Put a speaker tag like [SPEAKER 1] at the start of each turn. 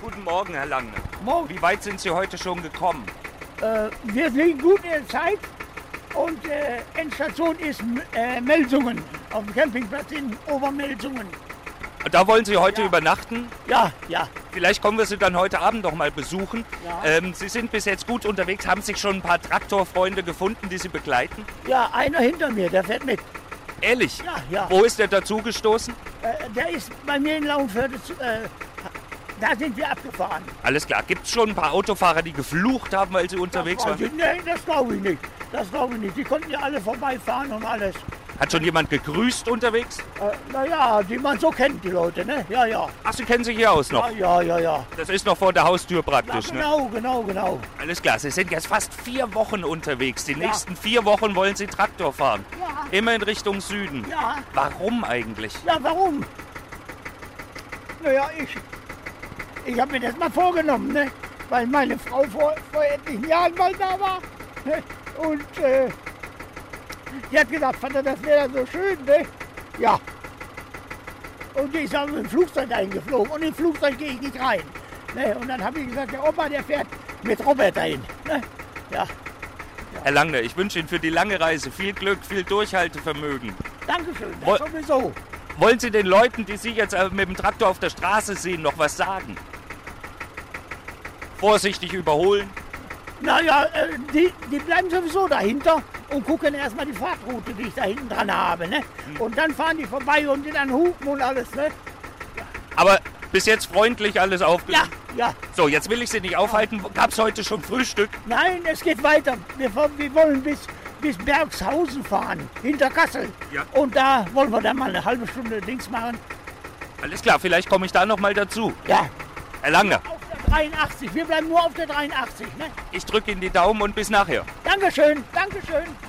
[SPEAKER 1] Guten Morgen, Herr Lange.
[SPEAKER 2] Morgen.
[SPEAKER 1] Wie weit sind Sie heute schon gekommen?
[SPEAKER 2] Äh, wir sind gut in der Zeit und äh, Endstation ist äh, Melsungen, auf dem Campingplatz in Obermelsungen.
[SPEAKER 1] Da wollen Sie heute
[SPEAKER 2] Ja.
[SPEAKER 1] übernachten.
[SPEAKER 2] Ja, ja.
[SPEAKER 1] Vielleicht kommen wir Sie dann heute Abend noch mal besuchen.
[SPEAKER 2] Ja.
[SPEAKER 1] Ähm, Sie sind bis jetzt gut unterwegs. Haben sich schon ein paar Traktorfreunde gefunden, die Sie begleiten?
[SPEAKER 2] Ja, einer hinter mir, der fährt mit.
[SPEAKER 1] Ehrlich?
[SPEAKER 2] Ja, ja.
[SPEAKER 1] Wo ist der dazugestoßen?
[SPEAKER 2] Äh, der ist bei mir in Launförde, zu- äh, da sind wir abgefahren.
[SPEAKER 1] Alles klar. Gibt es schon ein paar Autofahrer, die geflucht haben, weil sie unterwegs
[SPEAKER 2] das weiß
[SPEAKER 1] waren?
[SPEAKER 2] ich- Nee, das glaube ich nicht. Das glaube ich nicht. Die konnten ja alle vorbeifahren und alles.
[SPEAKER 1] Hat schon jemand gegrüßt unterwegs?
[SPEAKER 2] Äh, naja, die man so kennt, die Leute, ne? Ja, ja.
[SPEAKER 1] Ach, Sie kennen sich hier aus noch.
[SPEAKER 2] Ja, ja, ja, ja.
[SPEAKER 1] Das ist noch vor der Haustür
[SPEAKER 2] ja
[SPEAKER 1] praktisch, ne?
[SPEAKER 2] genau, genau, genau.
[SPEAKER 1] Alles klar. Sie sind jetzt fast vier Wochen unterwegs. Die
[SPEAKER 2] Ja.
[SPEAKER 1] nächsten vier Wochen wollen Sie Traktor fahren.
[SPEAKER 2] Ja,
[SPEAKER 1] Immer in Richtung Süden.
[SPEAKER 2] ja.
[SPEAKER 1] Warum eigentlich?
[SPEAKER 2] Ja, warum? Naja, ich, ich habe mir das mal vorgenommen, ne? weil meine Frau vor, vor etlichen Jahren mal da war. Ne? Und äh, die hat gesagt, Vater, das wäre so schön. Ne? Ja. Und ich habe im Flugzeug eingeflogen und im Flugzeug gehe ich nicht rein. Ne? Und dann habe ich gesagt, der Opa, der fährt mit Robert dahin. Ne? Ja,
[SPEAKER 1] Herr Lange, ich wünsche Ihnen für die lange Reise viel Glück, viel Durchhaltevermögen.
[SPEAKER 2] danke schön,
[SPEAKER 1] Woll-
[SPEAKER 2] das sowieso.
[SPEAKER 1] Wollen Sie den Leuten, die Sie jetzt äh, mit dem Traktor auf der Straße sehen, noch was sagen? Vorsichtig überholen.
[SPEAKER 2] Naja, äh, die, die bleiben sowieso dahinter und gucken erstmal die Fahrtroute, die ich da hinten dran habe. Ne? Und dann fahren die vorbei und die dann hupen und alles. Ne?
[SPEAKER 1] Aber bis jetzt freundlich alles
[SPEAKER 2] Ja,
[SPEAKER 1] aufgenommen.
[SPEAKER 2] ja.
[SPEAKER 1] So, jetzt will ich Sie nicht aufhalten. Gab es heute schon Frühstück?
[SPEAKER 2] Nein, es geht weiter. Wir, fahren- wir wollen bis, bis Bergshausen fahren, hinter Kassel.
[SPEAKER 1] Ja.
[SPEAKER 2] Und da wollen wir dann mal eine halbe Stunde Dings machen.
[SPEAKER 1] Alles klar, vielleicht komme ich da noch mal dazu.
[SPEAKER 2] Ja,
[SPEAKER 1] Herr Lange,
[SPEAKER 2] auf der 83. Wir bleiben nur auf der 83. Ne?
[SPEAKER 1] ich drücke Ihnen die Daumen und bis nachher.
[SPEAKER 2] Dankeschön, Dankeschön.